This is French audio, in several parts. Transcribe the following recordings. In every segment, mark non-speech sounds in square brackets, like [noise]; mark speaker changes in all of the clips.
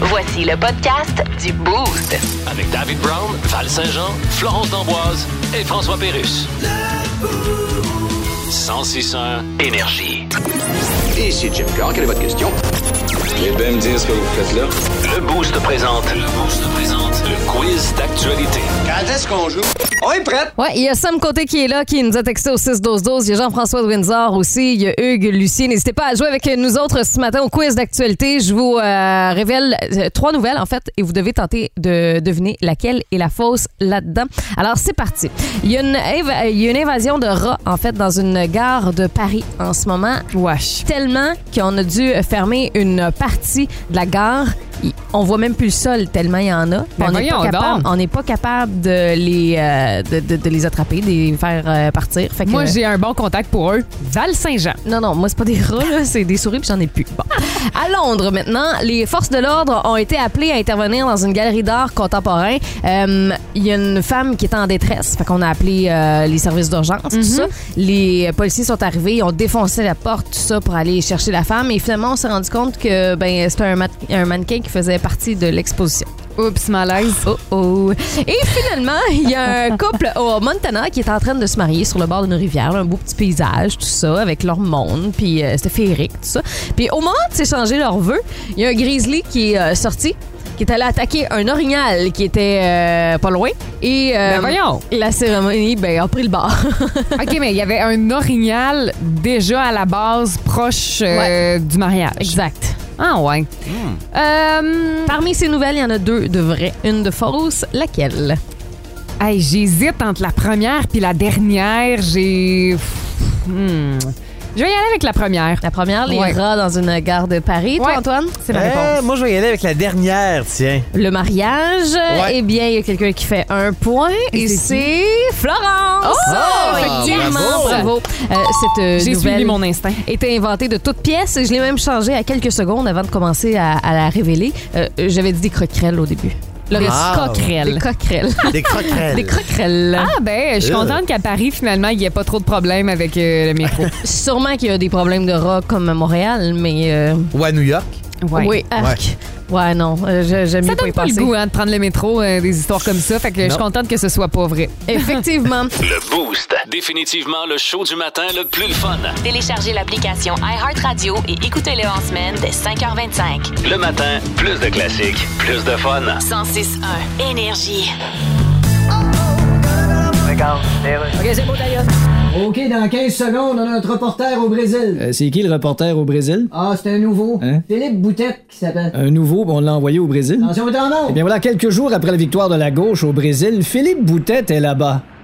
Speaker 1: Voici le podcast du Boost.
Speaker 2: Avec David Brown, Val Saint-Jean, Florence D'Amboise et François Pérus. 1061 Énergie.
Speaker 3: Ici Jim Carr, quelle est votre question?
Speaker 4: Eh bien me dire ce que vous faites là.
Speaker 2: Le Boost présente. Le Boost présente. Le quiz d'actualité.
Speaker 3: Quand est-ce qu'on joue? On est prêt!
Speaker 5: Ouais, il y a Sam Côté qui est là, qui nous a texté au 6-12-12. Il y a Jean-François de Windsor aussi. Il y a Hugues, Lucie. N'hésitez pas à jouer avec nous autres ce matin au quiz d'actualité. Je vous euh, révèle euh, trois nouvelles, en fait, et vous devez tenter de deviner laquelle est la fausse là-dedans. Alors, c'est parti. Il y, a une éva- il y a une invasion de rats, en fait, dans une gare de Paris en ce moment.
Speaker 6: Wesh.
Speaker 5: Tellement qu'on a dû fermer une partie de la gare. Il- On voit même plus le sol tellement il y en a.
Speaker 6: Ben
Speaker 5: on n'est
Speaker 6: voyons
Speaker 5: pas, capable-
Speaker 6: donc.
Speaker 5: on n'est pas capable de les, euh, de, de- de les attraper, de les faire euh, partir. Fait que-
Speaker 6: Moi, j'ai un bon contact pour eux. Val Saint-Jean.
Speaker 5: non, non, moi, c'est pas des rats, là, c'est des souris, puis j'en ai plus. Bon. À Londres, maintenant, les forces de l'ordre ont été appelées à intervenir dans une galerie d'art contemporain. Euh, Il y a une femme qui est en détresse, fait qu'on a appelé euh, les services d'urgence,
Speaker 6: Mm-hmm.
Speaker 5: tout ça. Les policiers sont arrivés, ils ont défoncé la porte, tout ça, pour aller chercher la femme. Et finalement, on s'est rendu compte que ben, c'était un, mat- un mannequin qui faisait partie de l'exposition.
Speaker 6: Oups, malaise.
Speaker 5: Oh oh. Et finalement, il y a un couple au Montana qui est en train de se marier sur le bord d'une rivière, là, un beau petit paysage, tout ça, avec leur monde, puis euh, c'était féerique, tout ça. Puis au moment de s'échanger leurs vœux, il y a un grizzly qui est euh, sorti, qui est allé attaquer un orignal qui était euh, pas loin. Et euh,
Speaker 6: Ben voyons.
Speaker 5: la cérémonie, ben, a pris
Speaker 6: [laughs]
Speaker 5: le bord.
Speaker 6: [laughs] OK, mais il y avait un orignal déjà à la base proche euh,
Speaker 5: Ouais.
Speaker 6: du mariage.
Speaker 5: exact.
Speaker 6: Ah ouais. Euh,
Speaker 5: Parmi ces nouvelles, il y en a deux de vraies, une de fausse. Laquelle?
Speaker 6: hey, J'hésite entre la première puis la dernière. J'ai... Hmm. Je vais y aller avec la première.
Speaker 5: La première, les
Speaker 6: Ouais.
Speaker 5: rats dans une gare de Paris.
Speaker 6: Ouais.
Speaker 5: Toi, Antoine?
Speaker 7: Euh,
Speaker 6: C'est ma réponse.
Speaker 8: Eh, moi, je vais y aller avec la dernière, tiens.
Speaker 5: Le mariage,
Speaker 8: Ouais.
Speaker 5: eh bien, il y a quelqu'un qui fait un point et c'est Florence.
Speaker 6: Oh!
Speaker 5: effectivement,
Speaker 8: Bravo!
Speaker 5: bravo. Euh, cette euh,
Speaker 6: J'ai
Speaker 5: nouvelle
Speaker 6: suivi mon instinct.
Speaker 5: était inventée de toutes pièces et je l'ai même changée à quelques secondes avant de commencer à, à la révéler. Euh, J'avais dit des croquerelles au début. Le
Speaker 8: Des
Speaker 5: reste-
Speaker 6: coquerelles.
Speaker 5: Des croquerelles.
Speaker 8: Des croquerelles.
Speaker 5: des croquerelles.
Speaker 6: Ah ben, je suis
Speaker 8: Euh.
Speaker 6: contente qu'à Paris, finalement, il n'y ait pas trop de problèmes avec euh, le métro.
Speaker 5: Sûrement qu'il y a des problèmes de rats comme à Montréal, mais euh,
Speaker 8: Ou à New York.
Speaker 6: [laughs] Ouais.
Speaker 5: oui, arc. Ouais, non, euh, je- j'aime
Speaker 6: Ça
Speaker 5: mieux pas
Speaker 6: donne
Speaker 5: y
Speaker 6: pas le
Speaker 5: penser.
Speaker 6: goût hein, de prendre le métro, euh, des histoires comme ça. Fait que je suis
Speaker 8: Non.
Speaker 6: contente que ce soit pas vrai.
Speaker 5: Effectivement.
Speaker 2: Le Boost. Définitivement le show du matin le plus le fun.
Speaker 1: Téléchargez l'application iHeartRadio et écoutez-le en semaine dès 5h25.
Speaker 2: Le matin, plus de classiques, plus de fun.
Speaker 1: 106.1 Énergie.
Speaker 9: OK, dans 15 secondes, on a notre reporter au Brésil.
Speaker 7: Euh, c'est qui le reporter au Brésil?
Speaker 9: Ah, c'est un nouveau.
Speaker 7: Hein?
Speaker 9: Philippe Boutette qui s'appelle.
Speaker 7: Un nouveau, on l'a envoyé au Brésil.
Speaker 9: Attention, vous en
Speaker 7: Eh bien voilà, quelques jours après la victoire de la gauche au Brésil, Philippe Boutette est là-bas.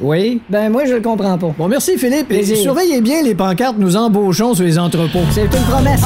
Speaker 7: Oui.
Speaker 9: ben moi, je le comprends pas.
Speaker 7: Bon, merci Philippe. Et
Speaker 9: Plaisir.
Speaker 7: surveillez bien les pancartes Nous embauchons sur les entrepôts.
Speaker 9: C'est une promesse.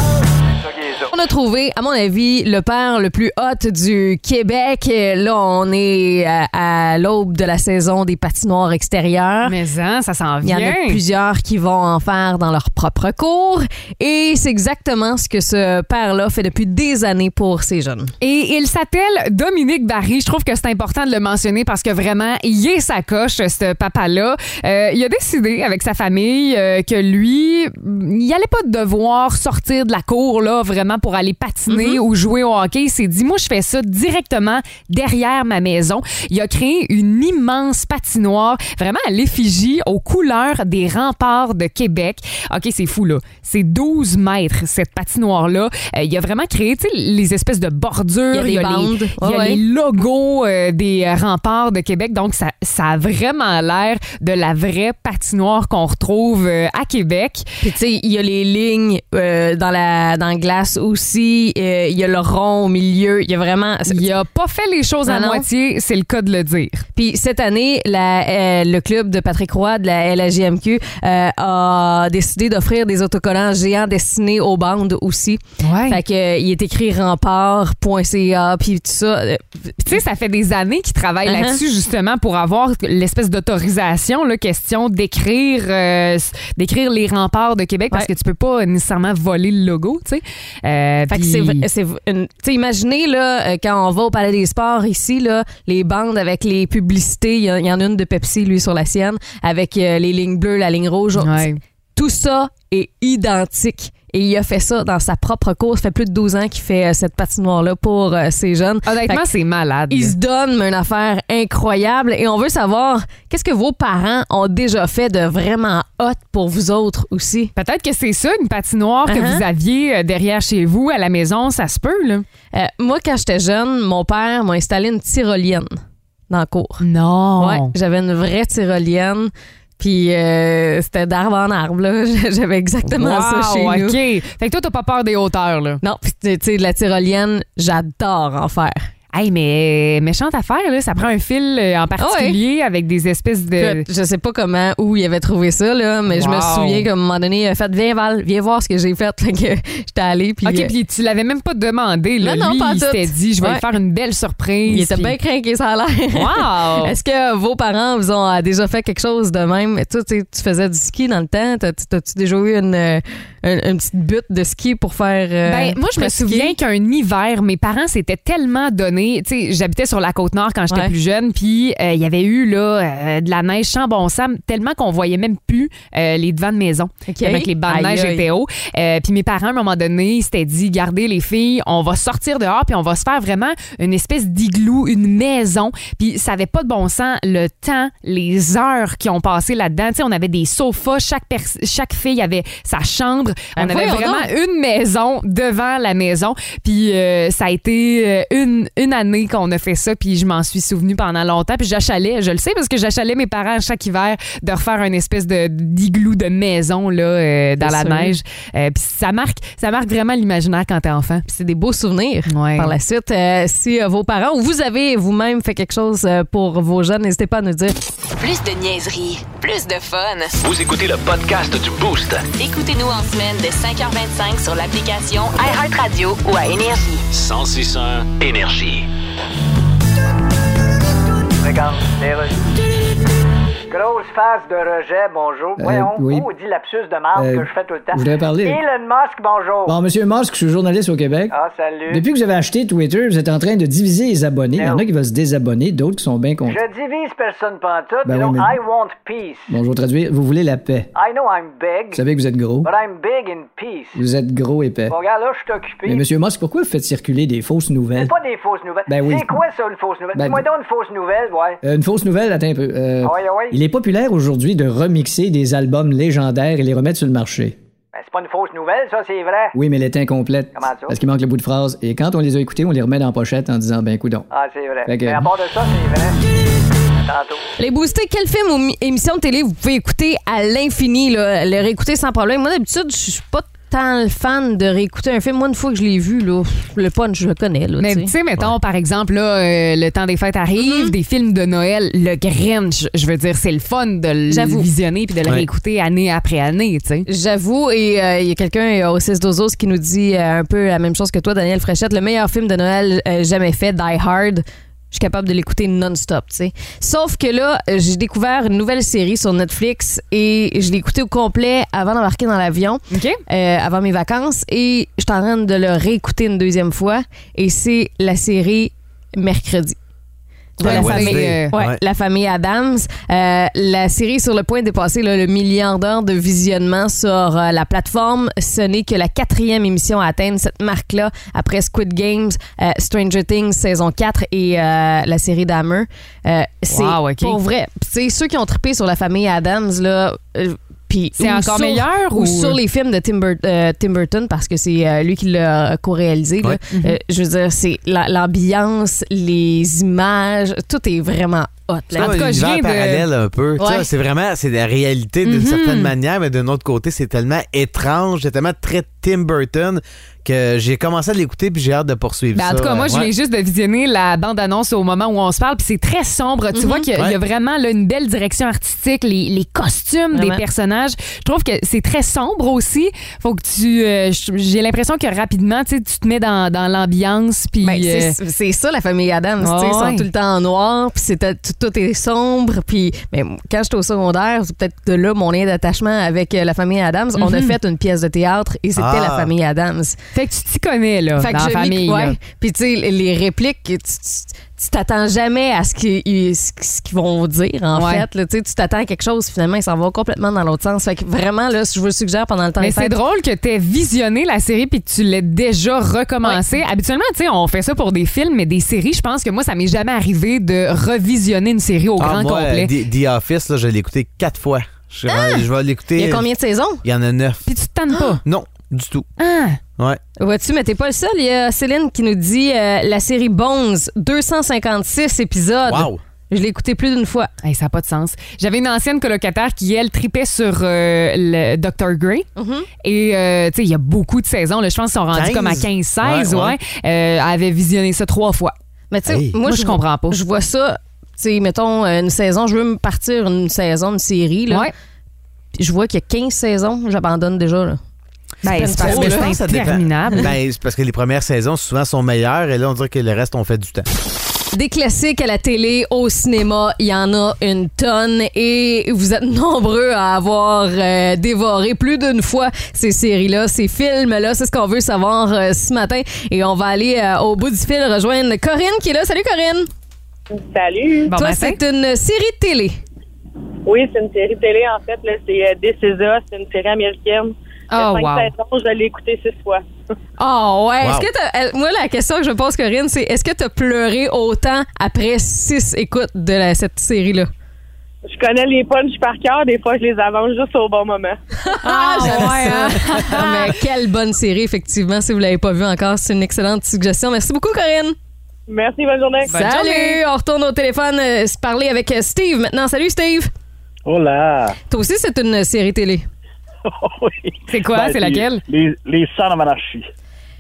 Speaker 5: On a trouvé, à mon avis, le père le plus hot du Québec. Et Là, on est euh, à, à l'aube de la saison des patinoires extérieures.
Speaker 6: Mais hein, ça s'en
Speaker 5: Il y
Speaker 6: vient.
Speaker 5: en a plusieurs qui vont en faire dans leur propre cours. Et c'est exactement ce que ce père-là fait depuis des années pour ces jeunes.
Speaker 6: Et il s'appelle Dominique Barry. Je trouve que c'est important de le mentionner parce que vraiment, il est sa coche, ce papa-là. Euh, il a décidé avec sa famille euh, que lui, il allait pas devoir sortir de la cour là vraiment pour aller patiner
Speaker 5: Mm-hmm.
Speaker 6: ou jouer au hockey. Il s'est dit, moi, je fais ça directement derrière ma maison. Il a créé une immense patinoire, vraiment à l'effigie, aux couleurs des remparts de Québec. OK, c'est fou, là. C'est 12 mètres, cette patinoire-là. Euh, il a vraiment créé, tu sais, les espèces de bordures.
Speaker 5: Il y a
Speaker 6: les-
Speaker 5: des bandes.
Speaker 6: il y a
Speaker 5: Ouais,
Speaker 6: les
Speaker 5: ouais.
Speaker 6: logos euh, des euh, remparts de Québec. Donc, ça, ça a vraiment l'air de la vraie patinoire qu'on retrouve euh, à Québec.
Speaker 5: Puis, tu sais, il y a les lignes euh, dans, la, dans la glace où aussi, euh, il y a le rond au milieu. Il y a vraiment.
Speaker 6: Il a pas fait les choses à
Speaker 5: Ah Non, non.
Speaker 6: moitié, c'est le cas de le dire.
Speaker 5: Puis cette année, la, euh, le club de Patrick Roy de la LAGMQ euh, a décidé d'offrir des autocollants géants destinés aux bandes aussi.
Speaker 6: Ouais.
Speaker 5: Fait que euh, il est écrit rempart.ca puis tout ça. Euh,
Speaker 6: Tu sais, ça fait des années qu'ils travaillent
Speaker 5: Uh-huh.
Speaker 6: là-dessus justement pour avoir l'espèce d'autorisation, là, question d'écrire, euh, s- d'écrire les remparts de Québec parce que
Speaker 5: Ouais.
Speaker 6: tu peux pas nécessairement voler le logo, tu sais. Euh,
Speaker 5: Fait que
Speaker 6: puis-
Speaker 5: c'est vrai- c'est v- une- tu sais, imaginez là euh, quand on va au Palais des Sports ici là, les bandes avec les publicités, il y, a- il y en a une de Pepsi lui sur la sienne avec euh, les lignes bleues, la ligne rouge.
Speaker 6: Ouais.
Speaker 5: Tout ça est identique. Et il a fait ça dans sa propre course. Ça fait plus de 12 ans qu'il fait euh, cette patinoire-là pour euh, ces jeunes. Fait
Speaker 6: Honnêtement,
Speaker 5: que
Speaker 6: c'est malade.
Speaker 5: ils se donnent une affaire incroyable et on veut savoir qu'est-ce que vos parents ont déjà fait de vraiment hot pour vous autres aussi.
Speaker 6: Peut-être que c'est ça, une patinoire que
Speaker 5: Uh-huh.
Speaker 6: vous aviez euh, derrière chez vous, à la maison, ça se peut, là.
Speaker 5: Euh, moi, quand j'étais jeune, mon père m'a installé une tyrolienne dans le cours.
Speaker 6: Non.
Speaker 5: Ouais, j'avais une vraie tyrolienne. Puis euh, c'était d'arbre en arbre, là. [laughs] J'avais exactement ça
Speaker 6: Wow,
Speaker 5: chez nous.
Speaker 6: OK. Fait que toi, t'as pas peur des hauteurs, là.
Speaker 5: Non, puis tu sais, la tyrolienne, j'adore en faire.
Speaker 6: Hey, mais euh, méchante affaire, là. Ça prend un fil
Speaker 5: Ah
Speaker 6: euh, en particulier avec des espèces de.
Speaker 5: Écoute, je sais pas comment, où il avait trouvé ça, là, mais je me
Speaker 6: Euh, Wow.
Speaker 5: souviens qu'à un moment donné, il a fait Viens, Val, viens voir ce que j'ai fait. [laughs] Fait que j'étais allée, puis.
Speaker 6: OK,
Speaker 5: euh,
Speaker 6: puis tu l'avais même pas demandé. Là.
Speaker 5: Non, non,
Speaker 6: Lui,
Speaker 5: pas en
Speaker 6: il
Speaker 5: tout.
Speaker 6: s'était dit, je vais
Speaker 5: Ouais.
Speaker 6: lui faire une belle surprise.
Speaker 5: il était
Speaker 6: puis-
Speaker 5: bien craqué, ça a l'air.
Speaker 6: [laughs] Wow!
Speaker 5: [laughs] Est-ce que vos parents vous ont euh, déjà fait quelque chose de même? Toi, tu sais, tu faisais du ski dans le temps. T'as- T'as-tu déjà eu une, euh, une, une petite butte de ski pour faire. euh,
Speaker 6: Ben, moi, je me
Speaker 5: pratiquer?
Speaker 6: souviens qu'un hiver, mes parents s'étaient tellement donné. Tu sais, j'habitais sur la côte nord quand j'étais
Speaker 5: Ouais.
Speaker 6: plus jeune, puis euh, il y avait eu là, euh, de la neige sans bon sens, tellement qu'on voyait même plus euh, les devants de maison.
Speaker 5: Ok.
Speaker 6: Avec les bancs de
Speaker 5: Aïe,
Speaker 6: neige
Speaker 5: aïe.
Speaker 6: étaient hauts. Euh, puis mes parents, à un moment donné, ils s'étaient dit gardez les filles, on va sortir dehors, puis on va se faire vraiment une espèce d'igloo, une maison. Puis ça avait pas de bon sens le temps, les heures qui ont passé là-dedans. Tu sais, on avait des sofas, chaque, pers- chaque fille avait sa chambre.
Speaker 5: Ben,
Speaker 6: on avait
Speaker 5: voyons
Speaker 6: vraiment
Speaker 5: donc.
Speaker 6: une maison devant la maison. Puis euh, ça a été euh, une, une année qu'on a fait ça. Puis je m'en suis souvenue pendant longtemps. Puis j'achalais, je le sais, parce que j'achalais mes parents chaque hiver de refaire une espèce de d'igloo de maison là, euh, dans
Speaker 5: C'est
Speaker 6: la
Speaker 5: sûr.
Speaker 6: neige. Euh, puis ça marque, ça marque vraiment l'imaginaire quand t'es enfant.
Speaker 5: Puis C'est des beaux souvenirs.
Speaker 6: Ouais.
Speaker 5: Par la suite, euh, si euh, vos parents ou vous avez vous-même fait quelque chose euh, pour vos jeunes, n'hésitez pas à nous dire.
Speaker 1: Plus de niaiserie, plus de fun.
Speaker 2: Vous écoutez le podcast du Boost.
Speaker 1: Écoutez-nous en semaine de 5h25 sur l'application iHeartRadio ou à Énergie.
Speaker 2: 1061 Énergie.
Speaker 10: Grosse face de rejet, bonjour. Voyons,
Speaker 7: Euh, oui.
Speaker 10: maudit lapsus de marde
Speaker 7: Euh,
Speaker 10: que je fais tout le temps.
Speaker 7: je voulais parler.
Speaker 10: Elon Musk, bonjour.
Speaker 7: Bon, Monsieur Musk, je suis journaliste au Québec.
Speaker 10: Ah, salut.
Speaker 7: Depuis que vous avez acheté Twitter, vous êtes en train de diviser les abonnés. Il y en
Speaker 10: Non.
Speaker 7: a qui vont se désabonner, d'autres qui sont bien contents.
Speaker 10: Je divise personne pantoute,
Speaker 7: Ben
Speaker 10: non,
Speaker 7: oui, mais-
Speaker 10: I want peace.
Speaker 7: Bon, je vais traduire. Vous voulez la paix.
Speaker 10: I know I'm big,
Speaker 7: Vous savez que vous êtes gros.
Speaker 10: but I'm big in peace.
Speaker 7: Vous êtes gros et paix.
Speaker 10: Bon, regarde, là, je suis occupé.
Speaker 7: Mais Monsieur Musk, pourquoi vous faites circuler des fausses nouvelles?
Speaker 10: C'est pas des fausses nouvelles.
Speaker 7: Ben oui.
Speaker 10: C'est quoi ça, une fausse nouvelle?
Speaker 7: Ben-
Speaker 10: Dis-moi donc une fausse nouvelle, ouais.
Speaker 7: Euh, une fausse nouvelle, attends un peu. Euh,
Speaker 10: Ah ouais, ah ouais.
Speaker 7: Il est populaire aujourd'hui de remixer des albums légendaires et les remettre sur le marché.
Speaker 10: Ben, c'est pas une fausse nouvelle, ça, c'est vrai.
Speaker 7: Oui, mais elle est incomplète.
Speaker 10: Comment ça?
Speaker 7: Parce qu'il manque le bout de phrase. Et quand on les a écoutés, on les remet dans la pochette en disant, ben, coudon.
Speaker 10: Ah, c'est vrai.
Speaker 7: Fait que-
Speaker 10: Mais à part de ça, c'est vrai. À Tantôt.
Speaker 5: Les boostés, quel Ben, film ou mi- émission de télé vous pouvez écouter à l'infini, là, le réécouter sans problème? Moi, d'habitude, je suis pas tant le fan de réécouter un film. Moi, une fois que je l'ai vu, là, le punch, je le connais. Là,
Speaker 6: Mais
Speaker 5: tu sais.
Speaker 6: tu sais, mettons, par exemple, là, euh, le temps des fêtes arrive, des films de Noël, le Grinch, je veux dire, c'est le fun de le
Speaker 5: J'avoue.
Speaker 6: visionner puis de le
Speaker 8: Ouais.
Speaker 6: réécouter année après année, tu sais.
Speaker 5: J'avoue, et euh, il y a quelqu'un euh, au 6 Dozos qui nous dit euh, un peu la même chose que toi, Daniel Fréchette. Le meilleur film de Noël euh, jamais fait, Die Hard. Je suis capable de l'écouter non-stop, tu sais. Sauf que là, euh, j'ai découvert une nouvelle série sur Netflix et je l'ai écoutée au complet avant d'embarquer dans l'avion,
Speaker 6: OK?
Speaker 5: euh, avant mes vacances, et je suis en train de le réécouter une deuxième fois. Et c'est la série Mercredi. De
Speaker 6: Ouais,
Speaker 5: la
Speaker 6: ouais,
Speaker 5: famille
Speaker 6: mais, euh,
Speaker 5: Ouais, la famille Adams. Euh, la série est sur le point de dépasser là, le milliard d'heures de visionnement sur euh, la plateforme. Ce n'est que la quatrième émission à atteindre cette marque-là après Squid Games, euh, Stranger Things saison 4 et euh, la série Dahmer. Euh, c'est
Speaker 6: Wow, ok.
Speaker 5: pour vrai. Puis, tu sais, ceux qui ont trippé sur la famille Adams, là... euh, puis-
Speaker 6: C'est
Speaker 5: ou
Speaker 6: encore
Speaker 5: sur-
Speaker 6: meilleur
Speaker 5: ou,
Speaker 6: ou-
Speaker 5: sur les films de Tim, Bur- euh, Tim Burton parce que c'est euh, lui qui l'a co-réalisé. là.
Speaker 8: Ouais.
Speaker 6: Mm-hmm.
Speaker 5: Euh, je veux dire, c'est la- l'ambiance, les images, tout est vraiment hot.
Speaker 8: C'est
Speaker 5: Là.
Speaker 8: comme
Speaker 6: tout cas,
Speaker 8: un
Speaker 6: je
Speaker 8: univers
Speaker 6: viens de- Mm-hmm.
Speaker 8: parallèle un peu. Tu
Speaker 5: Ouais.
Speaker 8: sais, C'est vraiment c'est la réalité d'une certaine manière, mais d'un autre côté, c'est tellement étrange, c'est tellement très Tim Burton que j'ai commencé à l'écouter puis j'ai hâte de poursuivre
Speaker 6: Ben,
Speaker 8: ça.
Speaker 6: en tout cas, moi,
Speaker 8: Euh,
Speaker 6: je viens
Speaker 8: ouais.
Speaker 6: juste de visionner la bande-annonce au moment où on se parle, puis c'est très sombre.
Speaker 5: Mm-hmm.
Speaker 6: Tu vois qu'il y, a- il y a
Speaker 8: Ouais.
Speaker 6: vraiment là, une belle direction artistique, les, les costumes des
Speaker 5: Vraiment.
Speaker 6: personnages. Je trouve que c'est très sombre aussi. Faut que tu. euh, j- J'ai l'impression que rapidement, tu sais, tu te mets dans, dans l'ambiance, puis.
Speaker 5: Ben,
Speaker 6: euh,
Speaker 5: c'est- c'est ça la famille Adams, tu sais, ils
Speaker 6: ouais.
Speaker 5: sont tout le temps en noir, puis c'est tout, tout est sombre, puis mais quand j'étais au secondaire, c'est peut-être de là mon lien d'attachement avec euh, la famille Adams. On
Speaker 6: Mm-hmm.
Speaker 5: a fait une pièce de théâtre et c'était
Speaker 8: Ah.
Speaker 5: la famille Adams.
Speaker 6: Fait que tu t'y connais, là,
Speaker 5: Fait que
Speaker 6: dans la
Speaker 5: je lis-
Speaker 6: famille. là.
Speaker 5: ouais. Puis tu sais, les répliques, tu- tu tu t'attends jamais à ce qu'ils ce ce qu'ils vont dire, en
Speaker 6: Ouais.
Speaker 5: fait. là. Tu sais, tu t'attends à quelque chose, finalement, ils s'en vont complètement dans l'autre sens. Fait que vraiment, là, je vous le suggère pendant le temps
Speaker 6: Mais
Speaker 5: des
Speaker 6: c'est
Speaker 5: fêtes.
Speaker 6: drôle que t'aies visionné la série puis que tu l'aies déjà recommencé. Habituellement, tu sais, on fait ça pour des films, mais des séries, je pense que moi, ça m'est jamais arrivé de revisionner une série au
Speaker 8: Ah,
Speaker 6: grand
Speaker 8: moi,
Speaker 6: complet. Ah!
Speaker 8: euh, The, The Office, là, je l'ai écouté quatre fois. Je, je vais l'écouter.
Speaker 5: Il y a combien de saisons?
Speaker 8: Il y en a neuf.
Speaker 6: Puis tu te tannes pas.
Speaker 8: Non, du tout.
Speaker 6: Ah!
Speaker 8: Ouais.
Speaker 5: Vois-tu, mais t'es pas le seul. Il y a Céline qui nous dit euh, la série Bones, 256 épisodes.
Speaker 6: Ah,
Speaker 8: Wow.
Speaker 5: Je l'ai écouté plus d'une fois.
Speaker 6: Hey, ça n'a pas de sens. J'avais une ancienne colocataire qui, elle, tripait sur euh, le Dr. Grey.
Speaker 5: Mm-hmm.
Speaker 6: Et, euh, tu sais, il y a beaucoup de saisons. là. Je pense qu'ils sont rendus
Speaker 8: 15.
Speaker 6: comme à 15-16. Ouais,
Speaker 8: Ouais, ouais.
Speaker 6: Euh, elle avait visionné ça trois fois.
Speaker 5: Mais tu sais,
Speaker 8: Hey.
Speaker 5: moi,
Speaker 6: Moi, je
Speaker 5: vois-
Speaker 6: comprends pas.
Speaker 5: Je vois ça, tu sais, mettons euh, une saison, je veux me partir une saison, une série, là.
Speaker 6: Ouais.
Speaker 5: Puis Je vois qu'il y a 15 saisons, j'abandonne déjà, là.
Speaker 6: Ben, c'est parce
Speaker 8: Oh,
Speaker 6: que
Speaker 8: là,
Speaker 6: c'est
Speaker 8: ça dépend.
Speaker 6: interminable.
Speaker 8: Ben, c'est parce que les premières saisons souvent sont meilleures et là on dirait que le reste on fait du temps.
Speaker 5: Des classiques à la télé, au cinéma, il y en a une [laughs] tonne et vous êtes nombreux à avoir euh, dévoré plus d'une fois ces séries-là, ces films-là. C'est ce qu'on veut savoir euh, ce matin et on va aller euh, au bout du fil rejoindre Corinne qui est là. Salut Corinne!
Speaker 11: Salut.
Speaker 6: Bon
Speaker 5: Toi,
Speaker 6: matin.
Speaker 5: c'est une série de télé.
Speaker 11: Oui, c'est une série télé, en fait. là. C'est euh, This Is Us, c'est une série américaine.
Speaker 5: Ah,
Speaker 6: Oh,
Speaker 11: Il y a
Speaker 6: wow.
Speaker 11: cinq saisons, je l'ai écoutée six fois. [laughs]
Speaker 5: Oh ouais,
Speaker 8: Wow.
Speaker 5: est-ce que t'as- euh, moi la question que je me pose Corinne, c'est est-ce que t'as pleuré autant après six écoutes de la- cette série là
Speaker 11: Je connais les punchs par cœur. Des fois, je les avance juste au bon moment.
Speaker 5: Ah, ouais,
Speaker 11: Ah!
Speaker 5: hein? [laughs] Mais quelle bonne série effectivement si vous l'avez pas vue encore, c'est une excellente suggestion. Merci beaucoup Corinne.
Speaker 11: Merci, bonne journée.
Speaker 5: Salut, on retourne au téléphone euh, se parler avec euh, Steve maintenant. Salut Steve.
Speaker 10: Hola!
Speaker 5: Toi aussi c'est une euh, série télé.
Speaker 6: C'est quoi? c'est laquelle?
Speaker 10: Les, les Sons of Anarchy.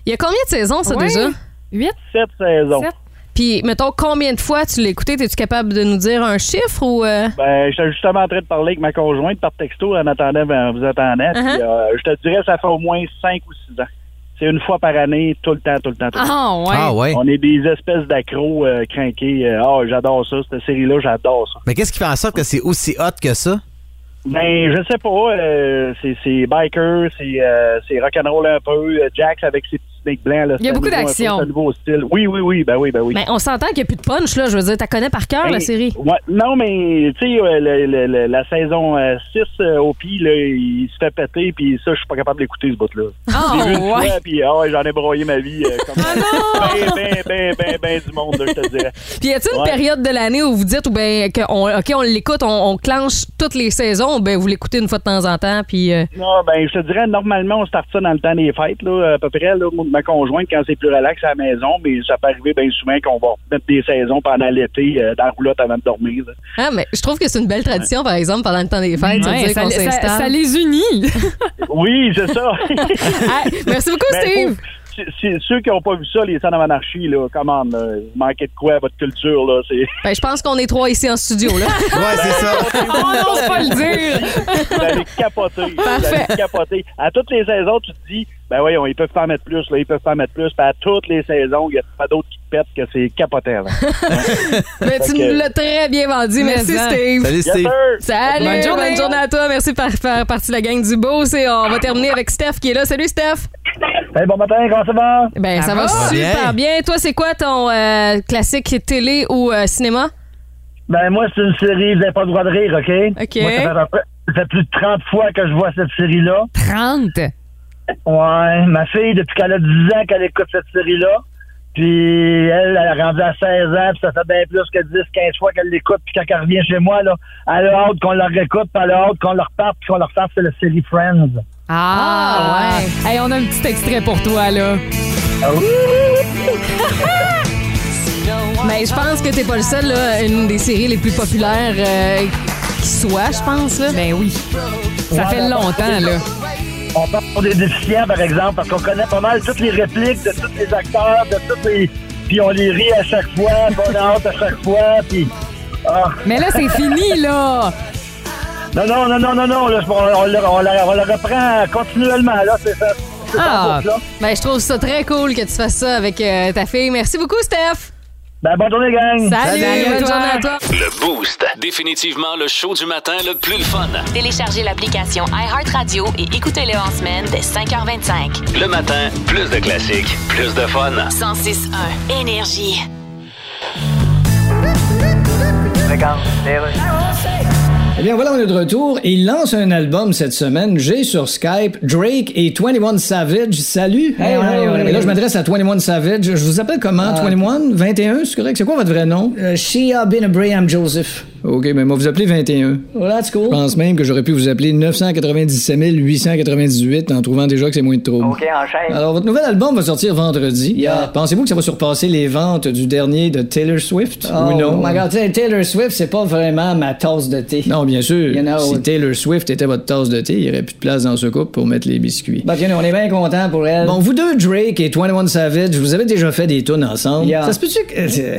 Speaker 5: Il y a combien
Speaker 6: [laughs]
Speaker 5: de saisons ça
Speaker 6: Ouais.
Speaker 5: déjà
Speaker 6: Huit?
Speaker 10: Sept saisons.
Speaker 6: Sept.
Speaker 5: Puis mettons combien de fois tu l'as écouté, es-tu capable de nous dire un chiffre ou euh,
Speaker 10: Ben, j'étais justement en train de parler avec ma conjointe par texto en attendant, ben, vous attendant. puis,
Speaker 5: Uh-huh.
Speaker 10: euh, je te dirais, ça fait au moins cinq ou six ans. C'est une fois par année, tout le temps, tout le temps, tout le temps.
Speaker 6: Ah, ouais.
Speaker 8: Ah ouais.
Speaker 10: On est des espèces d'accros euh, craqués. Euh, Ah, j'adore ça, cette série-là, j'adore ça.
Speaker 8: Mais qu'est-ce qui fait en sorte que c'est aussi hot que ça?
Speaker 10: Ben, je sais pas, euh, c'est- c'est biker, c'est euh, c'est rock'n'roll un peu, euh, Jax avec ses petits snakes blancs. Là,
Speaker 6: Il y a
Speaker 10: c'est un
Speaker 6: beaucoup
Speaker 10: nouveau- un peu,
Speaker 6: d'action.
Speaker 10: c'est Un nouveau style. Oui, oui, oui, ben oui, ben oui.
Speaker 5: Ben, on s'entend qu'il n'y a plus de punch là, je veux dire, t'as connais par cœur la
Speaker 10: Hey, [laughs]
Speaker 5: série.
Speaker 10: ouais, non, mais tu sais, euh, le- le- le- la saison euh, 6 au PI, là, il se fait péter, puis ça, je suis pas capable d'écouter ce bout-là.
Speaker 5: Ah,
Speaker 10: J'ai vu une fois,
Speaker 5: ouais.
Speaker 10: puis ah ouais, j'en ai broyé ma vie. euh, comme
Speaker 6: Ah
Speaker 10: ben, ben, ben, ben, ben du monde, là, je te dirais.
Speaker 5: Puis y a-t-il une
Speaker 10: Ouais.
Speaker 5: période de l'année où vous dites, ou ben, que on, OK, on l'écoute, on, on clenche toutes les saisons, ben, vous l'écoutez une fois de temps en temps, puis. euh,
Speaker 10: Non, ben, je te dirais, normalement, on start ça dans le temps des fêtes, là, à peu près, là, moi, ma conjointe, quand c'est plus relax à la maison, mais ça peut arriver bien souvent qu'on va mettre des saisons pendant l'été euh, dans la roulotte avant de dormir. [laughs] là.
Speaker 5: Ah, mais je trouve que c'est une belle tradition, par exemple, pendant le temps des fêtes, de
Speaker 6: Ouais,
Speaker 5: dire
Speaker 6: ça,
Speaker 5: qu'on
Speaker 6: ça-
Speaker 5: s'installe.
Speaker 6: ça les unit.
Speaker 10: [laughs] Oui, c'est
Speaker 6: [laughs]
Speaker 10: ça.
Speaker 5: Ah, merci beaucoup,
Speaker 10: Ben,
Speaker 5: Steve.
Speaker 10: faut- c'est- c'est- Ceux qui n'ont pas vu ça, les Sons of Anarchy, là, comment, manquez de quoi à votre culture, là, c'est...
Speaker 5: Ben, je pense qu'on est trois ici en studio,
Speaker 6: [laughs]
Speaker 5: là.
Speaker 8: Ouais, c'est ça.
Speaker 6: on n'ose Oh pas le dire.
Speaker 10: Vous allez capoter. Vous
Speaker 5: Parfait.
Speaker 10: [laughs] allez capoter. À toutes les saisons, tu te dis, ben voyons, ils peuvent pas en mettre plus, là, ils peuvent pas en mettre plus. Puis à toutes les saisons, il n'y a pas d'autres qui te pètent que c'est capotant. là.
Speaker 5: Ben, tu
Speaker 10: Ok.
Speaker 5: nous l'as très bien vendu. Merci,
Speaker 6: Mais, hein.
Speaker 5: Steve.
Speaker 8: Salut
Speaker 10: Yes,
Speaker 8: Steve.
Speaker 10: sir.
Speaker 5: Salut,
Speaker 6: Bonne
Speaker 5: bonne
Speaker 6: journée.
Speaker 5: journée. à toi. Merci par faire partie de la gang du beau. C'est- On va terminer avec Steph qui est là. Salut, Steph.
Speaker 10: Hey, bon matin, comment ça va?
Speaker 5: Ben, ça,
Speaker 6: Ça
Speaker 5: va,
Speaker 6: va?
Speaker 5: super bien. Toi, c'est quoi ton euh, classique télé ou euh, cinéma?
Speaker 10: Ben, moi, c'est une série, vous n'avez pas le droit de rire, OK?
Speaker 5: OK. Moi, ça fait
Speaker 10: plus de 30 fois que je vois cette série-là.
Speaker 6: 30.
Speaker 10: Ouais, ma fille, depuis qu'elle a 10 ans qu'elle écoute cette série-là, puis elle, elle a rendu à 16 ans, puis ça fait bien plus que 10, 15 fois qu'elle l'écoute, puis quand elle revient chez moi, là, elle a hâte qu'on la réécoute, puis elle a hâte qu'on la reparte, puis qu'on la refasse, c'est la série Friends.
Speaker 6: Ah, ouais. Hey, on a un petit extrait pour toi, là.
Speaker 5: Mais je pense que t'es pas le seul, là, une des séries les plus populaires euh, qui soit, je pense. Là.
Speaker 6: Ben oui. Ça fait longtemps, là.
Speaker 10: On parle des déficients, par exemple, parce qu'on connaît pas mal toutes les répliques de tous les acteurs, de tous les. Puis on les rit à chaque fois, puis on a hâte à chaque fois, puis. Ah.
Speaker 6: Mais là, c'est fini, là!
Speaker 10: Non, non, non, non, non, non, là, on, on, la- on la, on la reprend continuellement, là, c'est ça. c'est en
Speaker 5: Ah,
Speaker 10: boucle, là.
Speaker 5: ben, je trouve ça très cool que tu fasses ça avec euh, ta fille. Merci beaucoup, Steph.
Speaker 10: Ben, bonne journée, gang.
Speaker 5: Salut,
Speaker 2: Salut,
Speaker 5: bonne
Speaker 2: toi.
Speaker 5: journée à toi.
Speaker 2: Le Boost. Définitivement le show du matin le plus le fun.
Speaker 1: Téléchargez l'application iHeartRadio et écoutez-le en semaine dès 5h25.
Speaker 2: Le matin, plus de classiques, plus de fun.
Speaker 1: 106.1 Énergie.
Speaker 7: Eh bien, voilà, on est de retour. Il lance un album cette semaine. J'ai sur Skype Drake et 21 Savage. Salut!
Speaker 12: Hey,
Speaker 7: Et
Speaker 12: hey, hey.
Speaker 7: là, je m'adresse à 21 Savage. Je vous appelle comment?
Speaker 12: Ah.
Speaker 7: 21? 21? C'est correct? C'est quoi votre vrai nom? Shia bin Abraham Joseph. OK, mais moi, vous appelez 21. Well, that's cool. Je pense même que j'aurais pu vous appeler 997 898 en trouvant déjà que c'est moins de trop.
Speaker 12: OK, enchaîne.
Speaker 7: Alors, votre nouvel album va sortir vendredi. Euh,
Speaker 12: Yeah.
Speaker 7: Pensez-vous que ça va surpasser les ventes du dernier de Taylor Swift
Speaker 12: Oh,
Speaker 7: ou non?
Speaker 12: my God,
Speaker 7: Taylor Swift, c'est pas vraiment ma tasse de thé. Non, bien sûr.
Speaker 12: You know.
Speaker 7: si Taylor Swift était votre tasse de thé, il n'y aurait plus de place dans ce couple pour mettre les biscuits.
Speaker 12: Bah, on est bien content pour elle.
Speaker 7: Bon, vous deux, Drake et 21 Savage, vous avez déjà fait des tunes ensemble.
Speaker 12: Yeah. Hein?
Speaker 7: Ça se peut-tu que. euh,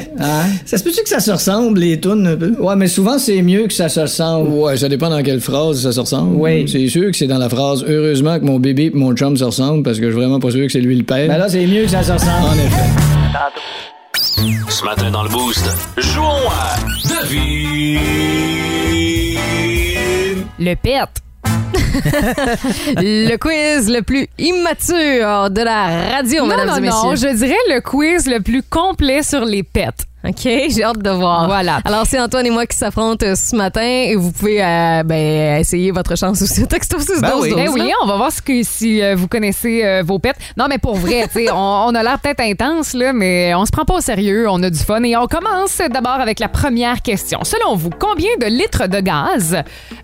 Speaker 7: Ça se peut-tu que ça se ressemble, les tunes, un peu? Ouais, mais souvent, c'est mieux que ça se ressemble. Ouais, ça dépend dans quelle phrase ça se ressemble. Oui. C'est sûr que c'est dans la phrase Heureusement que mon bébé et mon chum se ressemblent parce que je suis vraiment pas sûr que c'est lui le père.
Speaker 12: Ben là, c'est mieux que ça se ressemble.
Speaker 7: En effet.
Speaker 2: Ce matin dans le Boost, jouons à Devine.
Speaker 5: Le pet. le quiz le plus immature de la radio,
Speaker 6: non,
Speaker 5: mesdames
Speaker 6: non,
Speaker 5: et
Speaker 6: non,
Speaker 5: messieurs.
Speaker 6: je dirais le quiz le plus complet sur les pets.
Speaker 5: OK, j'ai hâte de voir.
Speaker 6: Voilà.
Speaker 5: Alors, c'est Antoine et moi qui s'affrontent euh, ce matin et vous pouvez euh, ben, essayer votre chance aussi au texto 6
Speaker 6: Ben
Speaker 5: 12
Speaker 6: oui.
Speaker 5: 12, là.
Speaker 6: on va voir ce que, si euh, vous connaissez euh, vos pets. Non, mais pour vrai,
Speaker 5: [laughs]
Speaker 6: tu sais, on, on a l'air peut-être intense, là, mais on se prend pas au sérieux, on a du fun. Et on commence d'abord avec la première question. Selon vous, combien de litres de gaz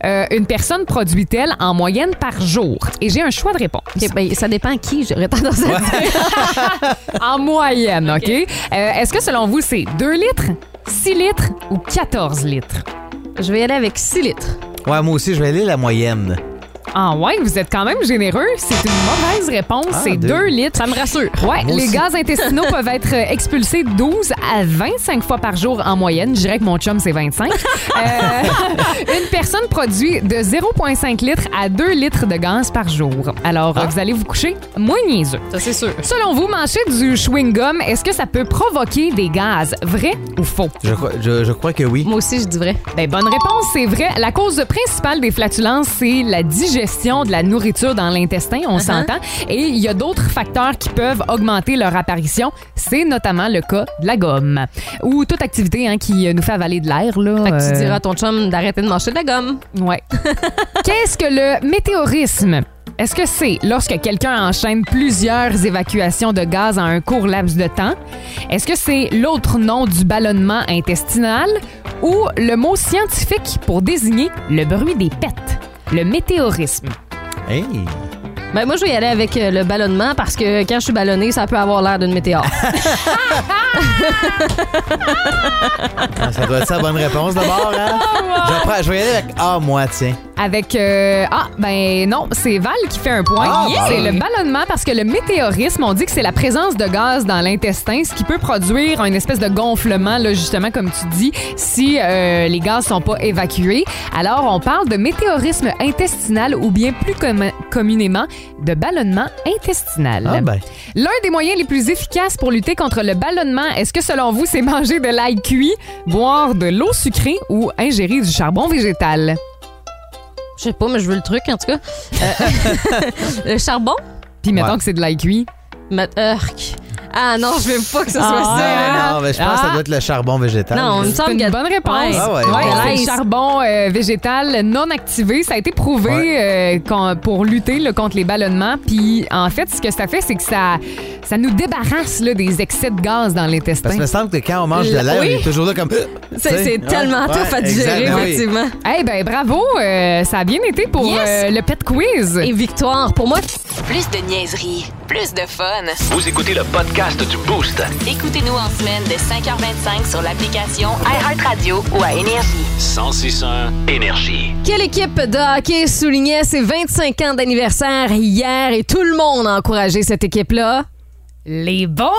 Speaker 6: euh, une personne produit-elle en moyenne par jour? Et j'ai un choix de réponse.
Speaker 5: hein. ben, ça dépend qui, j'aurais tendance à
Speaker 6: en moyenne, OK? Euh, Est-ce que selon vous, c'est 2 litres, 6 litres ou 14 litres?
Speaker 5: Je vais y aller avec 6 litres.
Speaker 8: Ouais, moi aussi, je vais aller la moyenne.
Speaker 6: Ah ouais, vous êtes quand même généreux. C'est une mauvaise réponse.
Speaker 8: Ah,
Speaker 6: c'est
Speaker 8: deux.
Speaker 6: 2 litres. Ça me rassure. Ouais,
Speaker 8: Moi
Speaker 6: les
Speaker 8: aussi. [laughs]
Speaker 6: gaz intestinaux peuvent être euh, expulsés 12 à 25 fois par jour en moyenne. Je dirais que mon chum, c'est 25.
Speaker 8: [laughs]
Speaker 6: Euh, une personne produit de 0,5 litres à 2 litres de gaz par jour. Alors,
Speaker 8: Ah.
Speaker 6: vous allez vous coucher moins niaiseux.
Speaker 5: Ça, c'est sûr.
Speaker 6: Selon vous, manger du chewing-gum, est-ce que ça peut provoquer des gaz? Vrai ou faux?
Speaker 8: Je, crois- je- je crois que oui.
Speaker 5: Moi aussi, je dis vrai.
Speaker 6: Ben, bonne réponse, c'est vrai. La cause principale des flatulences, c'est la digestion de la nourriture dans l'intestin, on
Speaker 5: Uh-huh.
Speaker 6: s'entend. Et il y a d'autres facteurs qui peuvent augmenter leur apparition. C'est notamment le cas de la gomme ou toute activité hein, qui euh, nous fait avaler de l'air. Là,
Speaker 5: Fait que tu
Speaker 6: euh,
Speaker 5: diras à ton chum d'arrêter de manger de la gomme.
Speaker 6: Ouais. [laughs] Qu'est-ce que le météorisme? Est-ce que c'est lorsque quelqu'un enchaîne plusieurs évacuations de gaz en un court laps de temps? Est-ce que c'est l'autre nom du ballonnement intestinal ou le mot scientifique pour désigner le bruit des pets? Le météorisme.
Speaker 8: Hey.
Speaker 5: Ben, moi, je vais y aller avec euh, le ballonnement parce que quand je suis ballonnée, ça peut avoir l'air d'une météore.
Speaker 8: Ah, Ça doit être ça la bonne réponse d'abord, [laughs] hein? Je, prends- je vais y aller avec Ah, moi, tiens.
Speaker 6: Avec euh, ah ben non, c'est Val qui fait un point.
Speaker 8: Ah,
Speaker 6: C'est
Speaker 8: Val.
Speaker 6: le ballonnement parce que le météorisme, on dit que c'est la présence de gaz dans l'intestin, ce qui peut produire une espèce de gonflement là justement comme tu dis si euh, les gaz sont pas évacués. Alors on parle de météorisme intestinal ou bien plus com- communément de ballonnement intestinal.
Speaker 8: Ah, ben.
Speaker 6: L'un des moyens les plus efficaces pour lutter contre le ballonnement, est-ce que selon vous c'est manger de l'ail cuit, boire de l'eau sucrée ou ingérer du charbon végétal?
Speaker 5: [laughs] Je sais pas, mais je veux le truc, en tout cas. Euh, [laughs] le charbon?
Speaker 6: Puis mettons
Speaker 8: Ouais.
Speaker 6: que c'est de l'ail cuit.
Speaker 5: Ma- Urk. Ah non, je veux pas que ce soit
Speaker 6: Ah,
Speaker 5: ça.
Speaker 6: hein?
Speaker 8: non, mais je pense que ça doit être le charbon végétal.
Speaker 5: Non, on me
Speaker 6: C'est
Speaker 5: semble
Speaker 6: une
Speaker 5: que-
Speaker 6: bonne réponse.
Speaker 5: Ouais.
Speaker 8: Ah ouais,
Speaker 6: Ouais,
Speaker 8: ouais.
Speaker 6: c'est
Speaker 5: Nice.
Speaker 6: le charbon euh, végétal non activé. Ça a été prouvé euh, qu'on- pour lutter là, contre les ballonnements. Puis en fait, ce que ça fait, c'est que ça, ça nous débarrasse là, des excès de gaz dans l'intestin.
Speaker 8: Parce que me semble que quand on mange de
Speaker 5: Le-
Speaker 8: l'air,
Speaker 5: oui.
Speaker 8: on est toujours là comme.
Speaker 5: C'est c'est tellement
Speaker 8: tough
Speaker 5: tough à digérer,
Speaker 8: Ben
Speaker 5: effectivement.
Speaker 6: Eh ben bravo, euh, ça a bien été pour
Speaker 5: Yes.
Speaker 6: euh, le pet quiz.
Speaker 5: Et victoire, pour moi,
Speaker 1: Plus de niaiserie, plus de fun.
Speaker 2: Vous écoutez le podcast podcast du Boost.
Speaker 1: Écoutez-nous en semaine de 5h25 sur l'application iHeartRadio ou à Énergie.
Speaker 2: 1061 Énergie.
Speaker 5: Quelle équipe de hockey soulignait ses 25 ans d'anniversaire hier et tout le monde a encouragé cette équipe-là? Les Boys!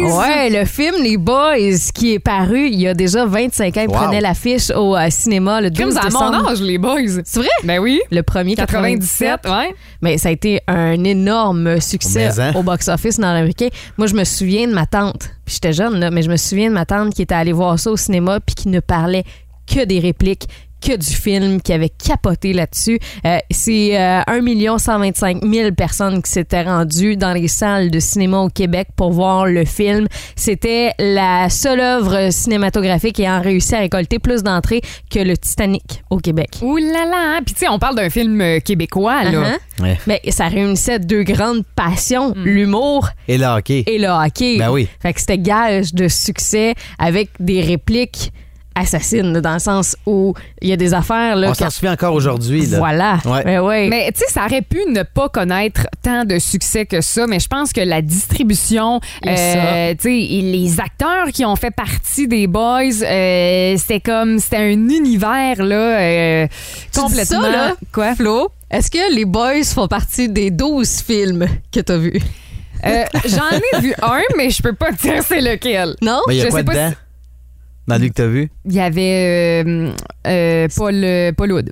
Speaker 5: Ouais, le film Les Boys qui est paru il y a déjà 25 ans, il
Speaker 6: Wow.
Speaker 5: prenait l'affiche au euh, cinéma le 12
Speaker 6: Comme ça, à
Speaker 5: décembre.
Speaker 6: mon âge, les boys.
Speaker 5: C'est vrai?
Speaker 6: Ben oui.
Speaker 5: Le premier 97.
Speaker 6: ouais.
Speaker 5: Mais ça a été un énorme succès
Speaker 6: Mais, hein?
Speaker 5: au box-office nord-américain. Moi, je me souviens de ma tante. Puis j'étais jeune, là, mais je me souviens de ma tante qui était allée voir ça au cinéma puis qui ne parlait que des répliques que du film, qui avait capoté là-dessus. Euh, c'est euh, 1 125 000 personnes qui s'étaient rendues dans les salles de cinéma au Québec pour voir le film. C'était la seule œuvre cinématographique ayant réussi à récolter plus d'entrées que le Titanic au Québec.
Speaker 6: Ouh là là! hein. Puis tu sais, on parle d'un film euh, québécois, là.
Speaker 5: Uh-huh. Mais ça réunissait deux grandes passions, l'humour
Speaker 8: Et le hockey.
Speaker 5: et le hockey.
Speaker 8: Ben oui.
Speaker 5: Fait que c'était gage de succès avec des répliques assassines, dans le sens où il y a des affaires. Là,
Speaker 8: On s'en
Speaker 5: quand-
Speaker 8: souvient encore aujourd'hui. là.
Speaker 5: Voilà.
Speaker 8: Ouais.
Speaker 5: Ben ouais.
Speaker 6: Mais tu sais, ça aurait pu ne pas connaître tant de succès que ça, mais je pense que la distribution,
Speaker 5: Et ça.
Speaker 6: euh, tu sais, et les acteurs qui ont fait partie des Boys, euh, c'était comme, c'était un univers là euh,
Speaker 5: Tu dis
Speaker 6: complètement.
Speaker 5: ça, là,
Speaker 6: Quoi,
Speaker 5: Flo? Est-ce que les Boys font partie des 12 films que t'as vus?
Speaker 6: Euh, J'en ai
Speaker 5: [laughs]
Speaker 6: vu un, mais je peux pas te dire c'est lequel.
Speaker 5: Non,
Speaker 8: Mais il Ben, y a
Speaker 6: je
Speaker 8: quoi
Speaker 6: sais pas.
Speaker 8: dedans?
Speaker 6: si-
Speaker 8: Dans lui que t'as vu?
Speaker 6: Il y avait euh, euh, Paul, Paul Wood.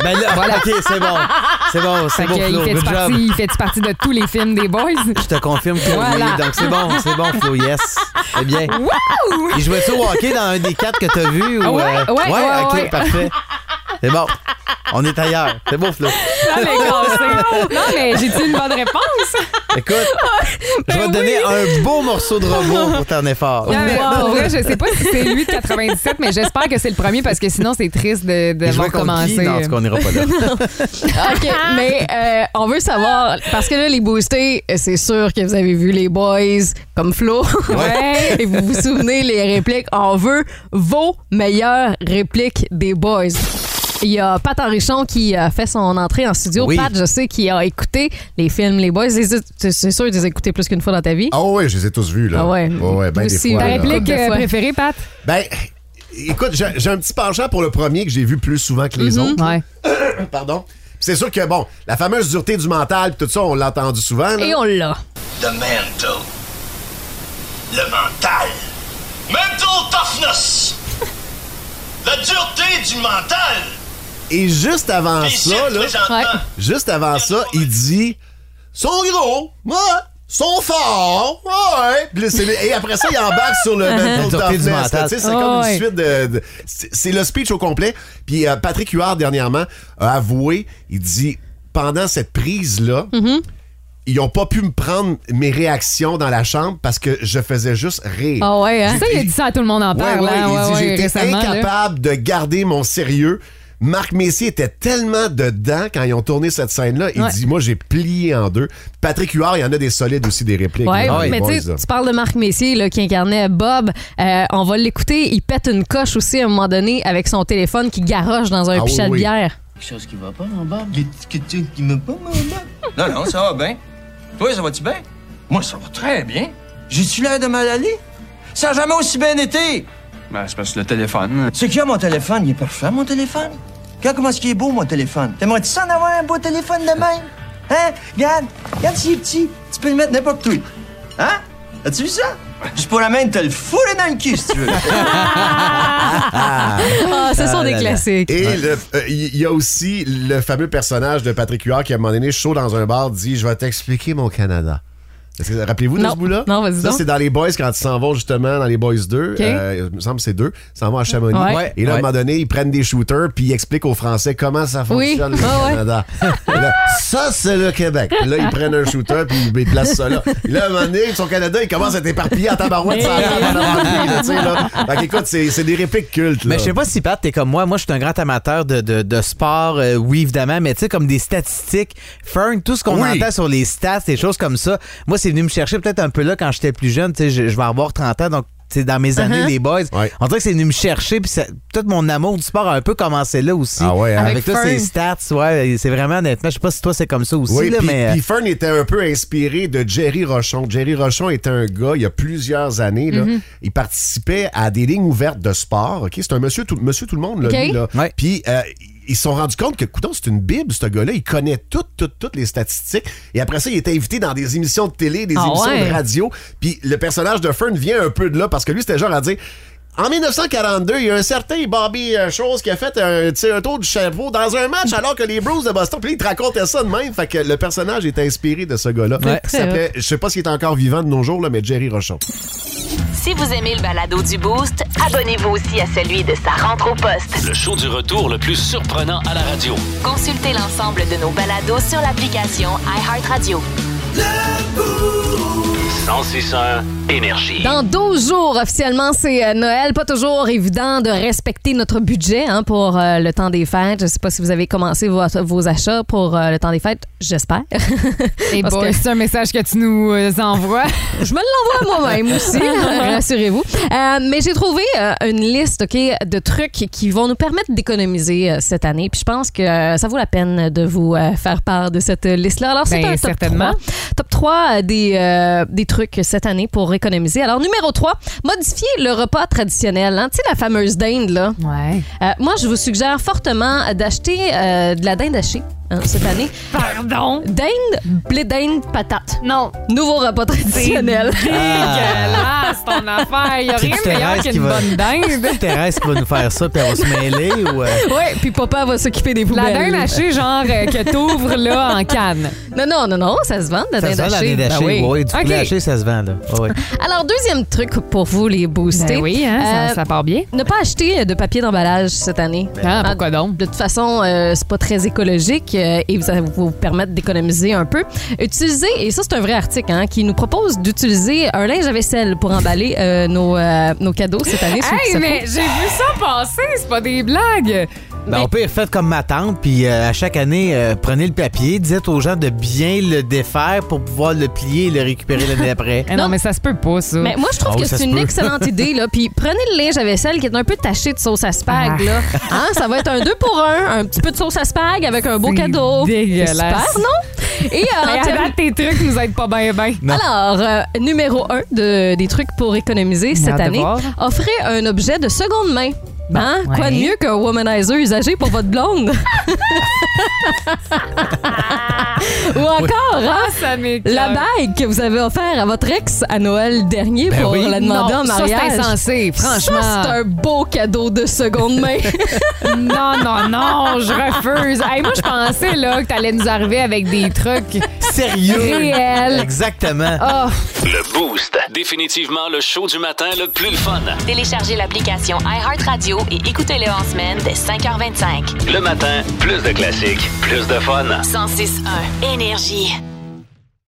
Speaker 8: Ben là,
Speaker 6: Voilà.
Speaker 8: OK, c'est bon. C'est bon, c'est
Speaker 6: Fait
Speaker 8: bon,
Speaker 6: que
Speaker 8: Flo.
Speaker 6: il fait
Speaker 8: Good job.
Speaker 6: partie, il fait partie de tous les films des
Speaker 5: [laughs]
Speaker 6: Boys.
Speaker 8: Je te confirme que
Speaker 6: Voilà.
Speaker 8: oui. Donc, c'est bon, c'est bon, Flo. Yes. C'est bien.
Speaker 6: Wow!
Speaker 8: Il jouait ça au hockey dans un des quatre que t'as vu? Ou, euh?
Speaker 6: Ouais, ouais, ouais,
Speaker 8: OK,
Speaker 6: ouais.
Speaker 8: parfait. C'est bon. On est ailleurs. C'est beau, Flo.
Speaker 6: [laughs] Non, mais cassé. Non, mais j'ai-tu une bonne réponse?
Speaker 5: [laughs]
Speaker 8: Écoute, je
Speaker 5: Ben
Speaker 8: vais te donner un beau morceau de robot pour ton effort.
Speaker 6: Non, Oh, mais pour vrai, je sais pas si c'est lui de 97, mais j'espère que c'est le premier parce que sinon c'est triste de, de
Speaker 8: Il jouait
Speaker 6: voir
Speaker 8: contre qui?
Speaker 6: commencer.
Speaker 8: Non, en tout cas, on n'ira pas
Speaker 5: [laughs]
Speaker 8: là.
Speaker 5: OK, mais euh, on veut savoir, parce que là, les boostés, c'est sûr que vous avez vu les boys comme Flo. [laughs]
Speaker 6: Ouais.
Speaker 5: Et vous vous souvenez les répliques. On veut vos meilleures répliques des boys. Il y a Pat Henrichon qui a fait son entrée en studio.
Speaker 13: Oui.
Speaker 5: Pat, je sais qu'il a écouté les films Les Boys. Les- C'est sûr que tu les as écoutés plus qu'une fois dans ta vie.
Speaker 13: Ah ouais, je les ai tous vus, là.
Speaker 5: Ah ouais.
Speaker 13: Ouais, ouais, ben des
Speaker 5: Aussi,
Speaker 13: fois.
Speaker 5: ta
Speaker 13: là.
Speaker 5: réplique, euh, préférée,
Speaker 6: Pat?
Speaker 13: Ben, écoute, j'ai j'ai un petit penchant pour le premier que j'ai vu plus souvent que les
Speaker 6: Mhm.
Speaker 5: Hmm?
Speaker 13: autres. Pardon. Puis C'est sûr que, bon, la fameuse dureté du mental, puis tout ça, on l'a entendu souvent. là.
Speaker 5: Et on l'a.
Speaker 14: The mental. Le mental. Mental
Speaker 13: [laughs]
Speaker 14: toughness. La dureté du mental.
Speaker 13: Et juste avant
Speaker 14: Puis
Speaker 13: Ah, ça,
Speaker 14: ici,
Speaker 13: là,
Speaker 14: présentement. Ouais.
Speaker 13: juste avant ça, il dit sont gros, ouais, sont forts, ouais. Puis là, c'est le- et après ça, il embarque sur
Speaker 6: [laughs]
Speaker 13: le
Speaker 8: Uh-huh.
Speaker 13: mental
Speaker 8: La dureté du
Speaker 13: toughness,
Speaker 8: mental.
Speaker 13: là, tu sais, C'est
Speaker 8: Oh,
Speaker 13: comme
Speaker 8: ouais.
Speaker 13: une suite de. de- c'est c'est le speech au complet. Puis euh, Patrick Huard, dernièrement, a avoué il dit pendant cette prise-là,
Speaker 6: Mhm.
Speaker 13: ils ont pas pu me prendre mes réactions dans la chambre parce que je faisais juste rire.
Speaker 6: Ah ouais, hein?
Speaker 13: J'ai-
Speaker 6: Ça, il a dit ça à tout le monde en
Speaker 13: Ouais,
Speaker 6: parle.
Speaker 13: ouais,
Speaker 6: hein?
Speaker 13: il dit,
Speaker 6: Ouais, ouais,
Speaker 13: j'ai été
Speaker 6: récemment, là.
Speaker 13: incapable de garder mon sérieux. Marc Messier était tellement dedans quand ils ont tourné cette scène-là. Il
Speaker 5: Ouais.
Speaker 13: dit Moi, j'ai plié en deux. Patrick Huard, il y en a des solides aussi, des répliques.
Speaker 5: Ouais,
Speaker 13: là, dans les
Speaker 5: mais
Speaker 13: Boys,
Speaker 5: tu sais,
Speaker 13: là.
Speaker 5: tu parles de Marc Messier là, qui incarnait Bob. Euh, on va l'écouter. Il pète une coche aussi à un moment donné avec son téléphone qui garoche dans un
Speaker 15: Ah oui,
Speaker 5: pichet de
Speaker 15: oui.
Speaker 5: bière.
Speaker 15: Quelque chose qui va pas, mon Bob? Quelque chose qui me pas, mon Bob? Non, non, ça va bien. Toi, ça va-tu bien? Moi, ça va très bien. J'ai-tu l'air de mal aller? Ça n'a jamais aussi bien été!
Speaker 16: Ben, c'est parce que le téléphone.
Speaker 15: C'est qu'il y a mon téléphone? Il est parfait, mon téléphone. Regarde comment est-ce qu'il est beau, mon téléphone. T'aimerais-tu ça en avoir un beau téléphone de même? Hein? Regarde, regarde s'il est petit. Tu peux le mettre n'importe où. Hein? As-tu vu ça? Je pourrais même te le fourrer dans le cul, si tu veux.
Speaker 5: Ah, ce sont des classiques.
Speaker 13: Et le- euh, il y a aussi le fameux personnage de Patrick Huard qui, à un moment donné, chaud dans un bar, dit Je vais t'expliquer mon Canada. Est-ce que- Rappelez-vous de
Speaker 5: Non.
Speaker 13: ce bout-là?
Speaker 5: Non, vas-y
Speaker 13: Ça,
Speaker 5: donc.
Speaker 13: c'est dans les Boys quand ils s'en vont justement dans les Boys 2.
Speaker 5: OK.
Speaker 13: Euh, il me semble que c'est deux. Ils s'en vont à Chamonix.
Speaker 5: Ouais. Ouais.
Speaker 13: Et là, à un
Speaker 5: Ouais.
Speaker 13: moment donné, ils prennent des shooters puis ils expliquent aux Français comment ça
Speaker 5: Oui.
Speaker 13: fonctionne le
Speaker 5: Ah ouais.
Speaker 13: Canada. Et là, ça, c'est le Québec. Puis là, ils prennent un shooter puis ils placent ça là. Et là, à un moment donné, ils sont au Canada, ils commencent à être éparpillés à tabarouette. sur la table à l'entrée, là, tu sais, là. Fait qu'écoute, c'est c'est des répliques cultes. là.
Speaker 8: Mais je sais pas si Pat, t'es comme moi. Moi, je suis un grand amateur de, de, de sport, euh, oui, évidemment, mais tu sais, comme des statistiques. Fern, tout ce qu'on
Speaker 13: Oui.
Speaker 8: entend sur les stats, des choses comme ça, moi, c'est venu me chercher peut-être un peu là quand j'étais plus jeune. Tu sais, je, je vais avoir 30 ans, donc. tu tu sais, dans mes années
Speaker 5: Uh-huh.
Speaker 8: des boys. On dirait que c'est venu me chercher, puis ça- tout mon amour du sport a un peu commencé là aussi.
Speaker 13: hein?
Speaker 8: Avec,
Speaker 13: Avec
Speaker 8: tous ces stats,
Speaker 13: Fern.
Speaker 8: ouais, et c'est vraiment honnêtement, je sais pas si toi c'est comme ça aussi,
Speaker 13: Oui,
Speaker 8: là,
Speaker 13: puis-
Speaker 8: mais. euh,
Speaker 13: puis Fern était un peu inspiré de Jerry Rochon. Jerry Rochon était un gars, il y a plusieurs années, là,
Speaker 8: Mhm.
Speaker 13: il participait à des lignes ouvertes de sport. ok? C'est un monsieur tout, monsieur tout le monde. Là,
Speaker 8: Ok.
Speaker 13: lui, là. Puis euh, ils se sont rendus compte que, coudon, c'est une bible, ce gars-là. Il connaît toutes, toutes, toutes les statistiques. Et après ça, il était invité dans des émissions de télé, des
Speaker 17: Ah
Speaker 13: émissions
Speaker 17: ouais.
Speaker 13: de radio. Puis le personnage de Fern vient un peu de là parce que lui, c'était genre à dire... En 1942, il y a un certain Bobby euh, Chose qui a fait un, tu sais, un tour du cerveau dans un match alors que les Bruce de Boston. Puis là, il te racontait ça de même. Fait que le personnage est inspiré de ce gars-là.
Speaker 1: Ouais.
Speaker 13: Il s'appelait- Je sais pas s'il est encore vivant de nos jours, là, mais Jerry Rochon.
Speaker 1: Si vous aimez le balado du Boost, abonnez-vous aussi à celui de sa rentre au poste.
Speaker 2: Le show du retour le plus surprenant à la radio.
Speaker 1: Consultez l'ensemble de nos balados sur l'application iHeartRadio.
Speaker 2: 1061 Énergie.
Speaker 5: Dans 12 jours, officiellement, c'est euh, Noël. Pas toujours évident de respecter notre budget hein, pour euh, le temps des fêtes. Je sais pas si vous avez commencé vo- vos achats pour euh, le temps des fêtes. J'espère.
Speaker 6: Et
Speaker 5: Parce
Speaker 6: boy,
Speaker 5: que-
Speaker 6: c'est un message que tu nous euh, envoies.
Speaker 5: [laughs] Je me l'envoie moi-même [laughs] aussi, rassurez-vous. Euh, mais j'ai trouvé euh, une liste ok, de trucs qui vont nous permettre d'économiser euh, cette année. Puis je pense que euh, ça vaut la peine de vous euh, faire part de cette euh, liste-là. Alors, c'est
Speaker 6: Ben,
Speaker 5: un top
Speaker 6: certainement.
Speaker 5: 3. Top 3 des, euh, des trucs cette année pour économiser. Alors, numéro 3, modifier le repas traditionnel. hein. Tu sais, la fameuse dinde, là. Euh, moi, je vous suggère fortement d'acheter euh, de la dinde hachée hein, cette année.
Speaker 6: Pardon?
Speaker 5: Dinde, blé dinde, patate. Non. Nouveau repas traditionnel.
Speaker 6: C'est dégueulasse ton affaire. Il n'y a
Speaker 8: C'est
Speaker 6: rien de meilleur
Speaker 8: Thérèse qui
Speaker 6: qu'une
Speaker 8: va.
Speaker 6: bonne dinde.
Speaker 8: C'est Thérèse qui va nous faire ça, puis elle va se mêler ou. euh,
Speaker 5: [laughs] Ouais, puis papa va s'occuper des
Speaker 6: La
Speaker 5: poubelles.
Speaker 6: dinde hachée, genre, euh, que t'ouvres là en canne.
Speaker 5: Non, non, non, non, ça se vend, la
Speaker 8: Ça
Speaker 5: dinde
Speaker 8: se vend dans
Speaker 5: hachée.
Speaker 8: les
Speaker 5: Ben
Speaker 8: dachés.
Speaker 5: oui.
Speaker 8: ouais, du poulet
Speaker 5: OK.
Speaker 8: haché, ça se vend, là. Ouais, ouais.
Speaker 5: Alors, deuxième truc pour vous, les booster.
Speaker 6: Ben oui, hein, ça- ça
Speaker 5: part bien. Ne pas acheter euh, de papier d'emballage cette année.
Speaker 8: Ben
Speaker 6: Ah,
Speaker 5: pourquoi donc? De toute façon, euh, c'est pas très écologique euh, et ça va vous permettre d'économiser un peu. Utiliser, et ça, c'est un vrai article, hein, qui nous propose d'utiliser un linge à vaisselle pour emballer euh, nos, euh, nos cadeaux cette année. ceux qui
Speaker 6: Hey,
Speaker 5: se
Speaker 6: mais
Speaker 5: font.
Speaker 6: j'ai vu ça passer, c'est pas des blagues.
Speaker 8: Ben, au pire, faites comme ma tante, puis euh, à chaque année, euh, prenez le papier, dites aux gens de bien le défaire pour pouvoir le plier et le récupérer l'année
Speaker 6: [laughs]
Speaker 8: d'après.
Speaker 6: Eh non, mais ça se peut pas, ça.
Speaker 5: Mais moi, je trouve
Speaker 8: Ah oui,
Speaker 5: que
Speaker 8: ça
Speaker 5: c'est
Speaker 8: se
Speaker 5: une
Speaker 8: peut.
Speaker 5: excellente idée. Là. Puis prenez le linge à vaisselle qui est un peu taché de sauce à spag.
Speaker 6: Ah.
Speaker 5: Là. [laughs] Hein, ça va être un 2 pour 1, un petit peu de sauce à spag avec un beau cadeau.
Speaker 6: dégueulasse.
Speaker 5: C'est Super, non?
Speaker 6: [laughs]
Speaker 5: Et euh, en
Speaker 6: Mais à
Speaker 5: term-
Speaker 6: date, tes trucs nous aident pas bien, bien.
Speaker 5: Alors, euh, numéro 1 des trucs pour économiser cette
Speaker 6: hâte de
Speaker 5: année,
Speaker 6: voir.
Speaker 5: offrez un objet de seconde main. Hein?
Speaker 6: ouais.
Speaker 5: Quoi de mieux qu'un womanizer usagé pour
Speaker 6: [laughs]
Speaker 5: votre blonde? Ou encore,
Speaker 6: Oui.
Speaker 5: hein,
Speaker 6: Ah, ça m'écoeure.
Speaker 5: la bague que vous avez offert à votre ex à Noël dernier
Speaker 6: Ben
Speaker 5: pour
Speaker 6: oui.
Speaker 5: la demander
Speaker 6: Non,
Speaker 5: en
Speaker 6: ça,
Speaker 5: mariage.
Speaker 6: c'est insensé, franchement.
Speaker 5: Ça, c'est un beau cadeau de seconde main.
Speaker 6: [laughs] non, non, non, je refuse. Hey, moi, je pensais là, que t'allais nous arriver avec des trucs
Speaker 8: Sérieux?
Speaker 6: réels.
Speaker 8: Exactement.
Speaker 6: Oh.
Speaker 2: Le Boost. Définitivement le show du matin le plus le fun.
Speaker 1: Téléchargez l'application iHeartRadio et écoutez-le en semaine dès 5h25.
Speaker 2: Le matin, plus de classiques, plus de fun.
Speaker 1: 106.1 Énergie.